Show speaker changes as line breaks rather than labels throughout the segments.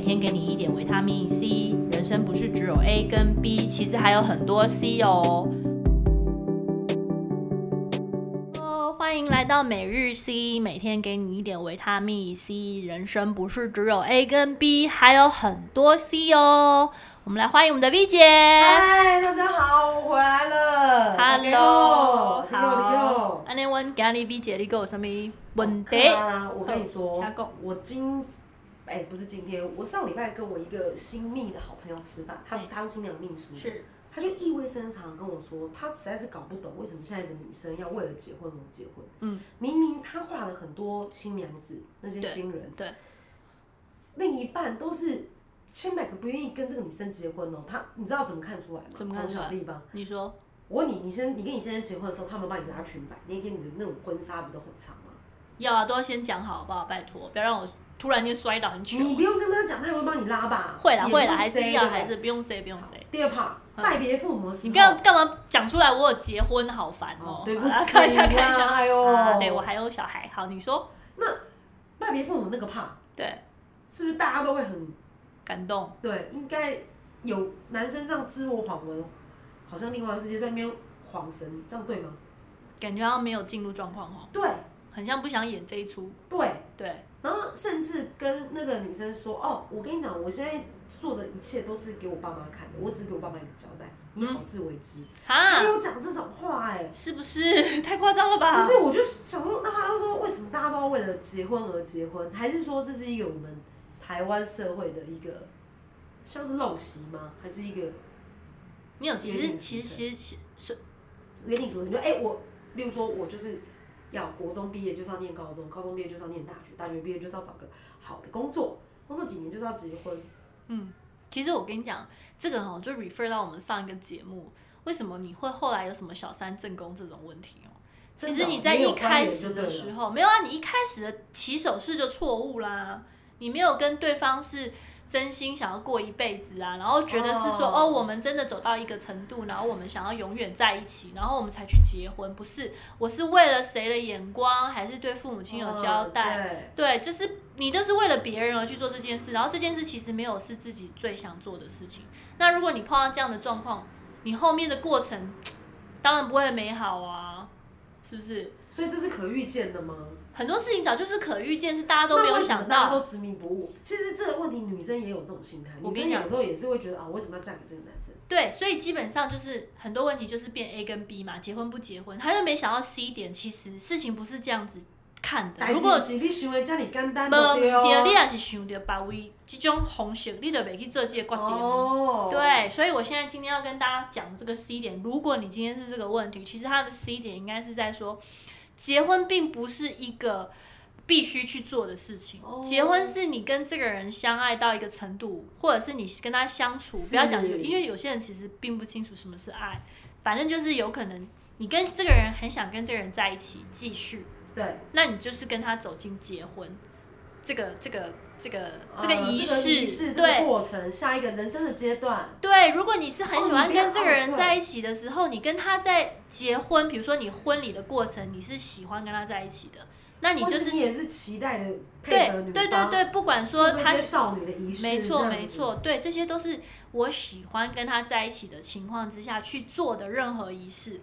天给你一点维他命 C，人生不是只有 A 跟 B，其实还有很多 C 哦。Hello，欢迎来到每日 C，每天给你一点维他命 C，人生不是只有 A 跟 B，还有很多 C 哦。我们来欢迎我们的 V 姐。
嗨，大家好，我回来了。哦
Hello，
你好，你好。
安尼阮今日 V 姐，你给我什么问题？
克拉拉，我跟你说
好请讲，
我今，哎、不是今天，我上礼拜跟我一个新密的好朋友吃饭，他
嗯
他是新娘秘书，
是
他就意味深长地跟我说，他实在是搞不懂为什么现在的女生要为了结婚而结婚。
嗯，
明明他画了很多新娘子，那些
对
新人，
对，
另一半都是千百个不愿意跟这个女生结婚哦。他你知道怎么看出来吗？
怎么看出来
从小地方。
你说
我问你，你先，你跟你先生结婚的时候，他们帮你拉裙摆，那天你的那种婚纱不都很长吗？
要啊，都要先讲好，好不好？拜托，不要让我突然间摔倒很糗。
你不用跟他讲，他也会帮你拉吧？
会啦
也不
会
用
啦，还是
say，
要
对不对
还是不用 say 不用 say。
第二 part，
嗯
拜别父母的时候，哦
你干干嘛讲出来？我有结婚，好烦哦、
哦对不
好啦
起
看一下看一下，
啊哎呦
啊对我还有小孩。好，你说，
拜别父母那个 part，
对，
是不是大家都会很
感动，
对？应该有男生这样自我谎文，好像另外一个世界在那边晃神，这样对吗？
感觉好像没有进入状况哦，
对
很像不想演这一出。
对，
对，
然后甚至跟那个女生说：“哦，我跟你讲，我现在做的一切都是给我爸妈看的，我只是给我爸妈一个交代，你好自为之。他
哈，
有讲这种话哎、
是不是 太夸张了吧？
可是我就想说，那他就说为什么大家都要为了结婚而结婚？还是说这是一个我们台湾社会的一个像是陋习吗？还是一个
你有，其实
有点
其实其实其实
约定俗成？就哎、我例如说我就是要国中毕业就是要念高中，高中毕业就是要念大学，大学毕业就是要找个好的工作，工作几年就是要结婚。
其实我跟你讲，这个哦，就 refer 到我们上一个节目，为什么你会后来有什么小三正宫这种问题哦？其
真
实
的哦
你在
也有
一开
关
始
联就对
的
了
时候，没有啊，你一开始的起手式就错误啦，你没有跟对方是真心想要过一辈子啊，然后觉得是说哦
哦
我们真的走到一个程度，然后我们想要永远在一起，然后我们才去结婚，不是？我是为了谁的眼光，还是对父母亲有交代？
嗯
对，就是你都是为了别人而去做这件事，然后这件事其实没有是自己最想做的事情。那如果你碰到这样的状况，你后面的过程当然不会美好啊，是不是？
对，所以这是可预见的吗？
很多事情早就是可预见，是大家都
那
没有
为什么
想
大家
到。
都执迷不悟。其实这个问题，女生也有这种心态。
我
女
跟
生
你讲
有时候也是会觉得啊，我为什么要嫁给这个男生？
对，所以基本上就是很多问题就是变 A 跟 B 嘛，结婚不结婚，他又没想到 C 点，其实事情不是这样子看的。
但
如果
是你想的这么简单
无
就对哦
对，你也是想着别位这种方式，你就袂去做这个决定。
哦，
对，所以我现在今天要跟大家讲这个 C 点。如果你今天是这个问题，其实它的 C 点应该是在说，结婚并不是一个必须去做的事情。
哦
结婚是你跟这个人相爱到一个程度，或者是你跟他相处，不要讲有，
是
因为有些人其实并不清楚什么是爱，反正就是有可能你跟这个人很想跟这个人在一起继续，
对，
那你就是跟他走进结婚这个这个这个这个
呃
仪
这个仪式，
式，
这
对
个。过程，下一个人生的阶段，
对，如果你是很喜
哦
欢
你不要
跟这个人
哦对
在一起的时候，你跟他在结婚，比如说你婚礼的过程，你是喜欢跟他在一起的，那你
或
就是是
你也是期待的配
对
合女
对对
方
对，不管
做
说
这
他
些少女的仪式，
没错
这样子
没，错，对，这些都是我喜欢跟他在一起的情况之下去做的任何仪式，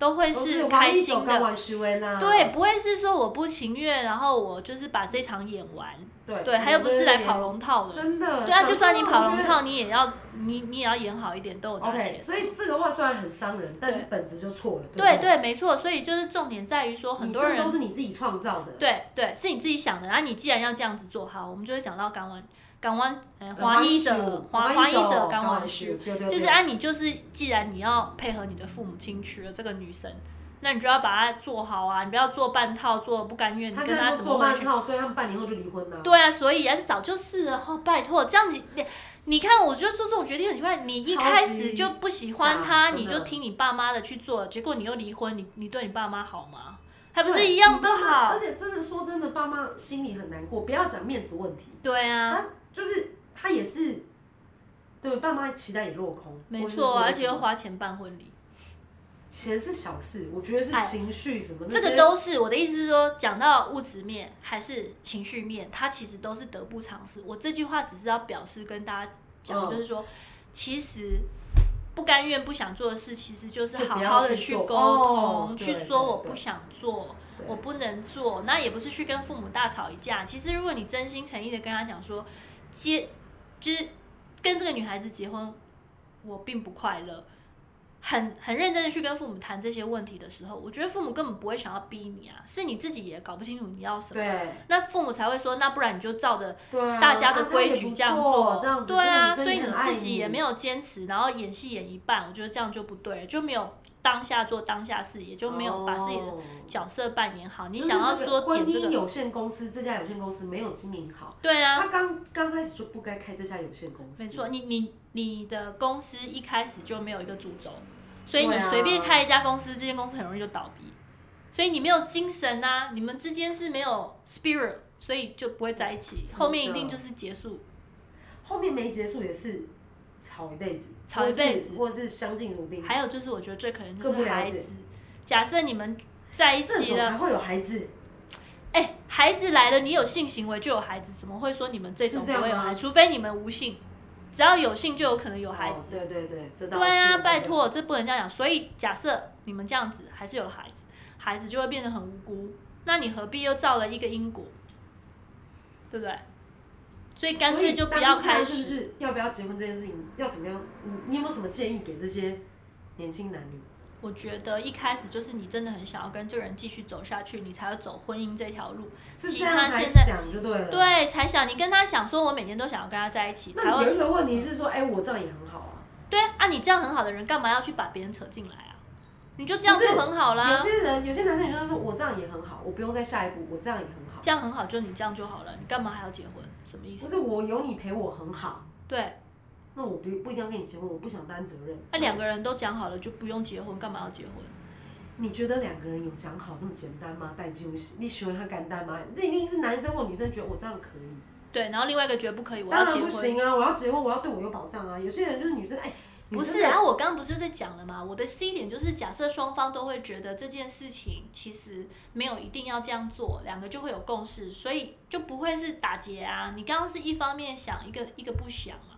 都会
都是
开心的。
玩虚伪啦，
对，不会是说我不情愿，然后我就是把这场演完。
对
对，他又不是来跑龙套的。
真的，
对啊，
讲
就算你
真的
跑
我觉
龙
得
套，你也要你你也要演好一点，都有拿钱
OK，。所以这个话虽然很伤人，但是
对
本质就错了，
对
不
对，没错，所以就是重点在于说，很
你
多
这
人
都是你自己创造的，
对对是你自己想的，然后你既然要这样子做好，我们就会讲到港湾港湾呃
呃，
华裔者
秀
华华
华
裔
者
者
港
港湾
秀
区，，
对对，
就是
对
啊，你就是既然你要配合你的父母亲娶了这个女生，那你就要把它做好啊，你不要做半套，做得不甘愿，你
他
跟
现
他
在
怎
说
么
做
会
半
去
套，所以他们半年后就离婚了。
对啊，所以啊，早就是了。哦，拜托，这样子，你你看，我觉得做这种决定很奇怪。你一
超
开始
级
就不喜欢
傻
他，
真
你就
的
听你爸妈的去做，结果你又离婚，你你对你爸妈好吗？还不
对，
是一样
你
不
爸妈
好
而？且真的说真的，爸妈心里很难过。不要讲面子问题，
对啊，
他就是他也是，对爸妈期待也落空。
没
我是
错
说
啊，而
这
且又
个
花钱办婚礼，
钱是小事，我觉得是
哎
情绪什么
这
那些
个都是我的意思是说，讲到物质面还是情绪面，它其实都是得不偿失。我这句话只是要表示跟大家讲，
嗯
就是说，其实不甘愿、不想做的事，其实就是
就
好
不要
好的
去
去
做
沟
哦
通，
对
去说
对
我
对
不想做，
对
我不能做。那也不是去跟父母大吵一架。其实如果你真心诚意的跟他讲说，结就是跟这个女孩子结婚，我并不快乐。很很认真的去跟父母谈这些问题的时候，我觉得父母根本不会想要逼你啊，是你自己也搞不清楚你要什么，
对
那父母才会说，那不然你就照着
对啊，
大家的
啊
规
那也
矩
不
这样做，
错这样子，
对啊，
这
所
个
以
女生也
你
很爱
自己也没有坚持，然后演戏演一半，我觉得这样就不对了，就没有当下做当下事，也就没有把自己的
哦
角色扮演好。你
就是
想要
这个
说
婚
点这
姻
个，
有限公司这家有限公司没有经营好，
对啊，
他刚刚开始就不该开这家有限公司，
没错，你你你的公司一开始就没有一个主轴，所以
对
你
啊
随便开一家公司，这间公司很容易就倒闭，所以你没有精神啊，你们之间是没有 spirit，所以就不会在一起
真，的
后面一定就是结束。
后面没结束也是吵一辈子，
吵一辈子
或是或是相敬如宾，
还有就是，我觉得最可能就
更不
是
了
孩
解
子，假设你们在一
这
起
种还
了，
会有孩子，
哎、孩子来了，你有性行为就有孩子，怎么会说你们这种
是
不
这样
会有
吗
孩子？除非你们无性，只要有性就有可能有孩
哦
子。
对对对，这倒
对啊，
是
拜，托，这不能这样讲。所以假设你们这样子还是有孩子，孩子就会变得很无辜，那你何必又造了一个因果，对不对？所以干脆就不要开
所以当下是不
始。
是要不要结婚这件事情要怎么样？你你有没有什么建议给这些年轻男女？
我觉得一开始就是你真的很想要跟这个人继续走下去，你才要走婚姻这条路。
是
其
这样
他
才
现在
想就对了。。
对，才想你跟他想说，我每天都想要跟他在一起，才
那有一
会
个问题是说，哎、我这样也很好啊。
对啊。你这样很好的人，干嘛要去把别人扯进来啊？你就这样就很好啦
有。些人，有些男生女生说，我这样也很好，我不用再下一步，我这样也很好。
这样很好，就你这样就好了，你干嘛还要结婚？什么意
不
思？
是我有你陪我很好，
对，
那我不不一定要跟你结婚，我不想担责任。
那两个人都讲好了，就不用结婚，干嘛要结婚？
你觉得两个人有讲好这么简单吗？戴金你喜欢他干单吗？这一定是男生或女生觉得我这样可以，
对，然后另外一个觉得不可以，我要
当
结
然不
婚。
行啊！我要结婚，我要对我有保障啊！有些人就是女生，哎、女
不
生
是，啊
的
然后我刚刚不是在讲了嘛？我的 C 点就是假设双方都会觉得这件事情其实没有一定要这样做，两个就会有共识，所以就不会是打结啊。你刚刚是一方面想，一个一个不想嘛，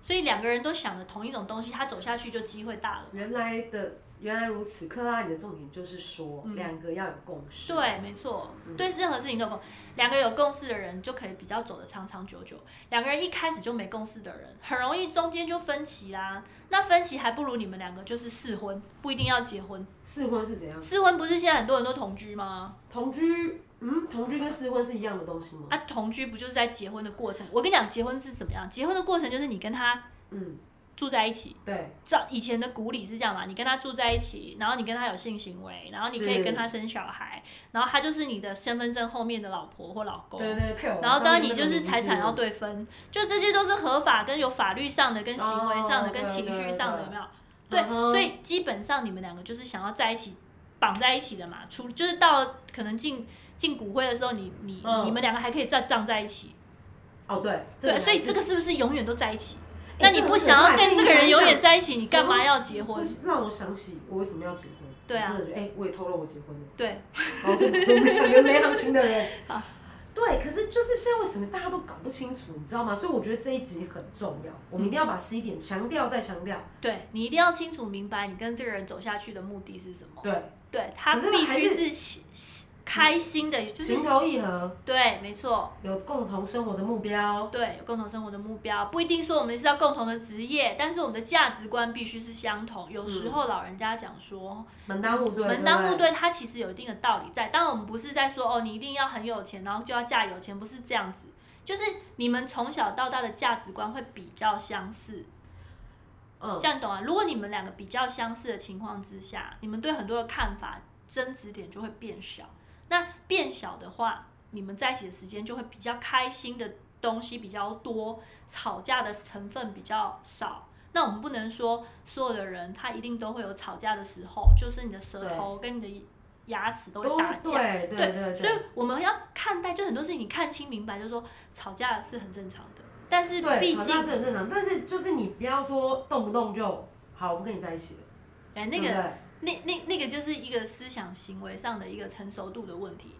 所以两个人都想的同一种东西，他走下去就机会大了。
原来的原来如此，克拉，你的重点就是说
嗯
两、个要有共识。
对，没错，
嗯
对任何事情都有共，两个有共识的人就可以比较走得长长久久。两个人一开始就没共识的人，很容易中间就分歧啦。那分歧还不如你们两个就是试婚，不一定要结婚。
试婚是怎样？
试婚不是现在很多人都同居吗？
同居，嗯，同居跟试婚是一样的东西吗？
啊，同居不就是在结婚的过程？我跟你讲，结婚是怎么样？结婚的过程就是你跟他
嗯，
住在一起，
对，
照以前的古礼是这样嘛，你跟他住在一起，然后你跟他有性行为，然后你可以
是
跟他生小孩，然后他就是你的身份证后面的老婆或老公。
对对，配偶。
然后当然你
上面那
就
个
是财产
名字
要对分，就这些都是合法跟有法律上的、跟行为上的、
哦
跟情绪上的，
对对对
有没有？对，
嗯哼
所以基本上你们两个就是想要在一起，绑在一起的嘛。除就是到了可能进进骨灰的时候，你你、
嗯
你们两个还可以再葬在一起。
哦，对，这
对，
个
所以
还
这个是不是永远都在一起？
哎
那你
这个
不
很
想要
可怕
跟
被
这
你
个
讲
人
一
永
讲
远在一起，你
想
干嘛
说
要结婚
不？是让我想起我为什么要结婚。
对啊
我真的觉得，哎、我也透露我结婚了，
对，
然后是我们两个没行情的人
好。
对，可是就是现在为什么大家都搞不清楚，你知道吗？所以我觉得这一集很重要，我们一定要把十一点强调再强调。
对你一定要清楚明白，你跟这个人走下去的目的是什么。
对，
对他
可是
必
还
须
是
是喜喜开心的，就是
情投意合，
对，没错。
有共同生活的目标。
对，有共同生活的目标，不一定说我们是要共同的职业，但是我们的价值观必须是相同。有时候老人家讲说，
门当户对，
门当户
对
对，它其实有一定的道理在。当然，我们不是在说哦，你一定要很有钱，然后就要嫁有钱，不是这样子。就是你们从小到大的价值观会比较相似，
不对，
这样懂啊？如果你们两个比较相似的情况之下，你们对很多的看法争执点就会变小。那变小的话，你们在一起的时间就会比较开心的东西比较多，吵架的成分比较少。那我们不能说所有的人他一定都会有吵架的时候，就是你的舌头跟你的牙齿都
嗯，
会
都
打架。
对对对
所以
对，
我们要看待，就很多事情你看清明白，就是说吵架是很正常的，但是
对，
毕
吵
竟
架是很正常，但是就是你不要说动不动就好，我不跟你在一起了，
哎那个
对不对
那那那个就是一个思想行为上的一个成熟度的问题。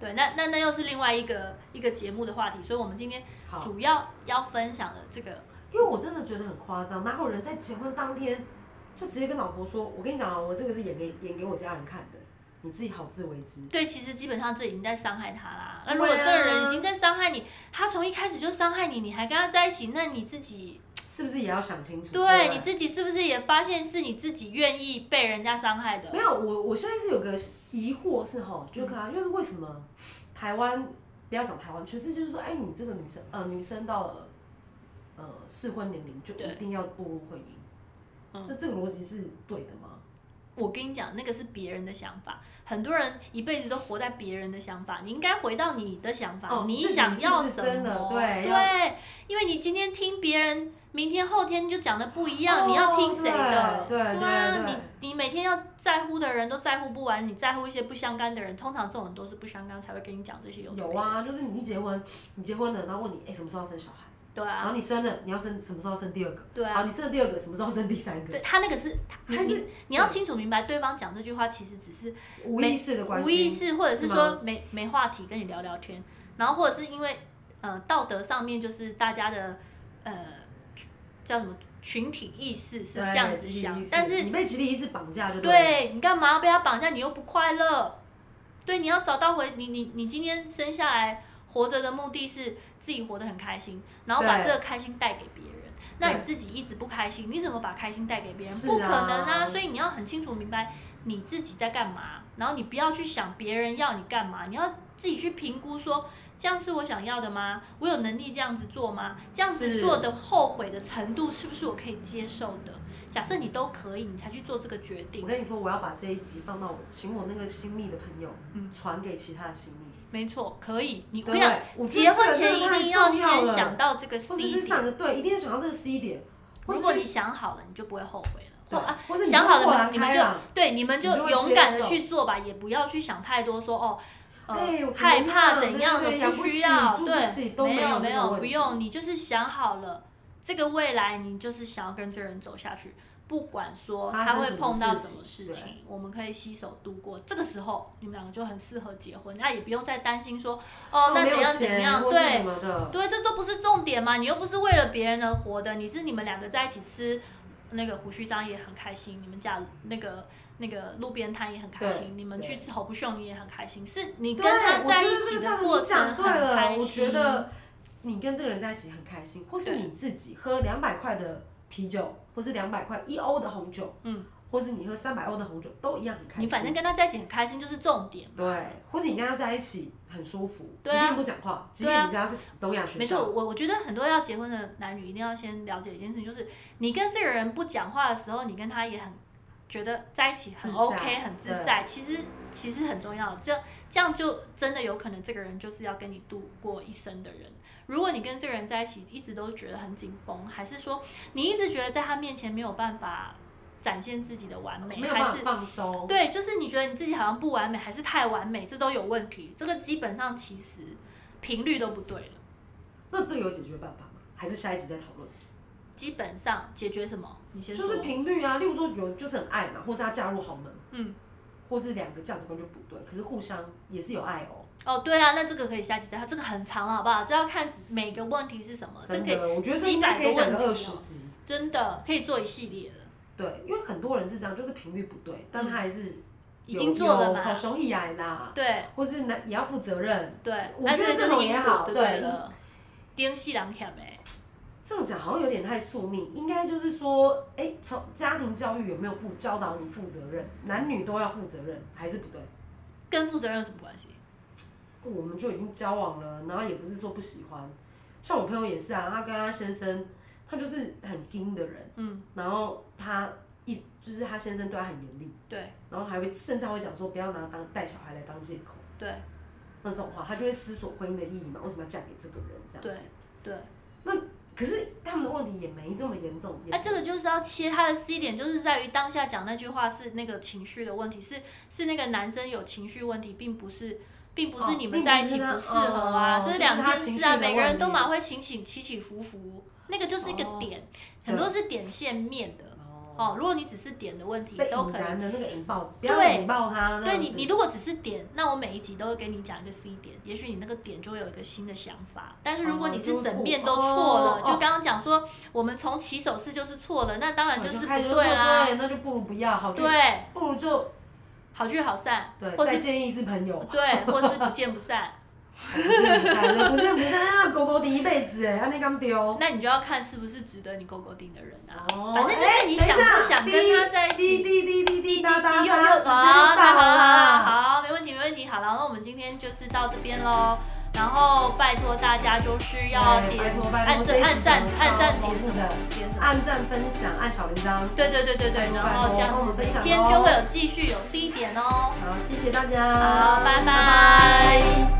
对，那那那又是另外一个一个节目的话题，所以我们今天
好，
主要要分享的这个，
因为我真的觉得很夸张，哪有人在结婚当天就直接跟老婆说：“我跟你讲啊，我这个是演给演给我家人看的，你自己好自为之。
对，其实基本上这已经在伤害他啦。那
对啊
如果这个人已经在伤害你，他从一开始就伤害你，你还跟他在一起，那你自己”
是不是也要想清楚？
对
不
你自己是不是也发现是你自己愿意被人家伤害的
没？有，我我现在是有个疑惑是哈，
嗯
就可能就是为什么台湾不要讲台湾，全世界就说哎、你这个女生呃女生到了呃适婚年龄就
对
一定要步入婚姻，
嗯
这这个逻辑是对的吗？
我跟你讲，那个是别人的想法，很多人一辈子都活在别人的想法，你应该回到你的想法，
哦
你
自己
想
是不
要
是
什么？
真的对
对，因为你今天听别人，明天后天就讲的不一样，
哦
你要听谁的？
对对
啊
对，对
你你每天要在乎的人都在乎不完，你在乎一些不相干的人，通常这种人都是不相干才会跟你讲这些有的没
有
的，
啊，就是你一结婚，你结婚了，然后问你哎、什么时候要生小孩，
对
然后
啊，
你生了，你要生什么时候要生第二个？
对
好，
啊。
你生了第二个，什么时候要生第三个
对？他那个是，你
还是
你你要清楚明白，对方讲这句话其实只是
无意识的关系，
无意识，或者是
是
说
吗
没没话题跟你聊聊天，然后或者是因为呃道德上面就是大家的呃叫什么群体意识是
对
这样子
集体
想
意，识
但是
你被集体意识绑架就了。
对你干嘛要被他绑架？你又不快乐，对，你要找到回你你你今天生下来活着的目的是自己活得很开心，然后把
对
这个开心带给别人。那你
对
自己一直不开心，你怎么把开心带给别人？
是
不可能啊！
啊
所以你要很清楚明白你自己在干嘛，然后你不要去想别人要你干嘛，你要自己去评估说。这样是我想要的吗？我有能力这样子做吗？这样子
是
做的后悔的程度是不是我可以接受的？假设你都可以，你才去做这个决定
我。跟你说，我要把这一集放到我请我那个新密的朋友，
嗯
传给其他的新密。
没错，可以。你
对
我
不
想
对？我觉得
结婚
这
前
个
一
真的
定
太重
先
了
想，到这个 C
或者去
点。
上个对，一定要想到这个 C 点。或
如
是
果你想好了，你就不会后悔了。或
对
啊，
或者你
想好了
豁然
你们
开
就
朗
对，你们就
你就会
勇敢的
接受
去做吧，也不要去想太多说哦，呃，
哎我怎么
害怕
样
怎
对
样的
对养不
需
起
要，
住不起
对，
都
没
没有这
没
个
有，
问
不
题
用，你就是想好了这个未来，你就是想要跟这个人走下去，不管说
发
他
生
会
什么
碰到
事
什么
情
事情，我们可以携手度过。这个时候，你们两个就很适合结婚，那也不用再担心说哦，那
没有
怎样
钱
怎样，
或是
对
什，么的，
对，这都不是重点嘛，你又不是为了别人而活的，你是你们两个在一起吃那个胡须章也很开心，你们家那个那个路边摊也很开心，你们去吃猴不秀你也很开心，是你跟他
对我
在
觉得
一
这
起
个这样
的
你
过程
讲对
很开
了，
心。
我觉得你跟这个人在一起很开心，或是
对
你自己喝两百块的啤酒，或是两百块一欧的红酒，
嗯，
或是你喝三百欧的红酒，都一样很开
你
心。
反正跟他在一起很开心就是重点嘛。
对，或者你跟他在一起很舒服，
对
即
啊
便不讲话，即
对啊
便你家是东亚学
没错，
校，
我我觉得很多要结婚的男女一定要先了解一件事情，就是你跟这个人不讲话的时候，你跟他也很觉得在一起很
自在
OK，很自在。其实其实很重要，这样这样就真的有可能这个人就是要跟你度过一生的人。如果你跟这个人在一起一直都觉得很紧绷，还是说你一直觉得在他面前没有办法展现自己的完美，
没有
还
办法
是
放松。
对，就是你觉得你自己好像不完美，还是太完美，这都有问题。这个基本上其实频率都不对了。
那这个有解决办法吗？还是下一集再讨论？
基本上解决什么？你先
就
说。
是频率啊，例如说有就是很爱嘛，或是他嫁入豪门，
嗯，
或是两个价值观就不对，可是互相也是有爱哦。
哦，对啊，那这个可以下集再，这个很长了，好不好？这要看每个问题是什哦么，这
真
可以
的，我觉得这
几
应该
百
可以讲
个
个
问
二
题
十
哦
集。
真的可以做一系列的，
对，因为很多人是这样，就是频率不对，但他还是
嗯已经做了
好
嘛？
熊以来啦，
对
或是那也要负责任。
对，
我
那
觉
这个
得
就
这
是
种
因
也
果
好
就
对
对了。丁细郎欸欠没？
这种讲好像有点太宿命，应该就是说，哎，从家庭教育有没有负教导你负责任，男女都要负责任，还是不对？
跟负责任有什么关系？
我们就已经交往了，然后也不是说不喜欢。像我朋友也是啊，她跟她先生，他就是很硬的人，
嗯，
然后他一就是她先生对她很严厉，
对
然后还会甚至还会讲说不要拿当带小孩来当借口
对
那种话，她就会思索婚姻的意义嘛，为什么要嫁给这个人这样子？
对，
可是他们的问题也没啊这么严重，也
那、这个就是要切他的 C 点，就是在于当下讲那句话是那个情绪的问题，是是那个男生有情绪问题，并不是。并不是
哦
你们在一起
并
不
不
适
是
合啊，
他哦
这是两件事啊，
就是他情绪的
每个人都
问题
蛮会起起起起伏伏，那个就是一个
哦
点，
对
很多是点线面的。
哦
哦，如果你只是点的问题
被
都
引
可以。
燃的那个引爆，不要
对
引爆它。
对你，你如果只是点，那我每一集都会给你讲一个 C 点，也许你那个点就会有一个新的想法。但是如果
哦
你
就是是
整
不
面都
哦
错了，就
哦
刚刚讲说我们从起手式就是错了，那当然
就是
不
开始就
对
说
啦。
对，那就不如不要，好就
对，
不如就
好聚好散，
对，
或
再
是
见亦是朋友。
对，或是不见不散。
不见不散，不见不散，啊，狗狗的一辈子哎，安尼敢丢。
那你就要看是不是值得你勾勾定的人啊。
哦
反正就是你想不想跟他在一
滴
起。
滴滴滴滴答答，
又又
时间就
好，那
到
好
了。
好好，没问题，没问题。好了，那我们今天就是到这边喽。然后拜托大家就是要
对
点
哎拜托拜托
按
这一
赞
集
按赞按赞点
真的超丰富
什么
的
点什么。
按赞、分享、按小铃铛。
对对对对对，
拜托
然后这样
帮我们
子
分
每
享
天
哦
就会有继续有 C 点哦。
好，谢谢大家，
好，拜拜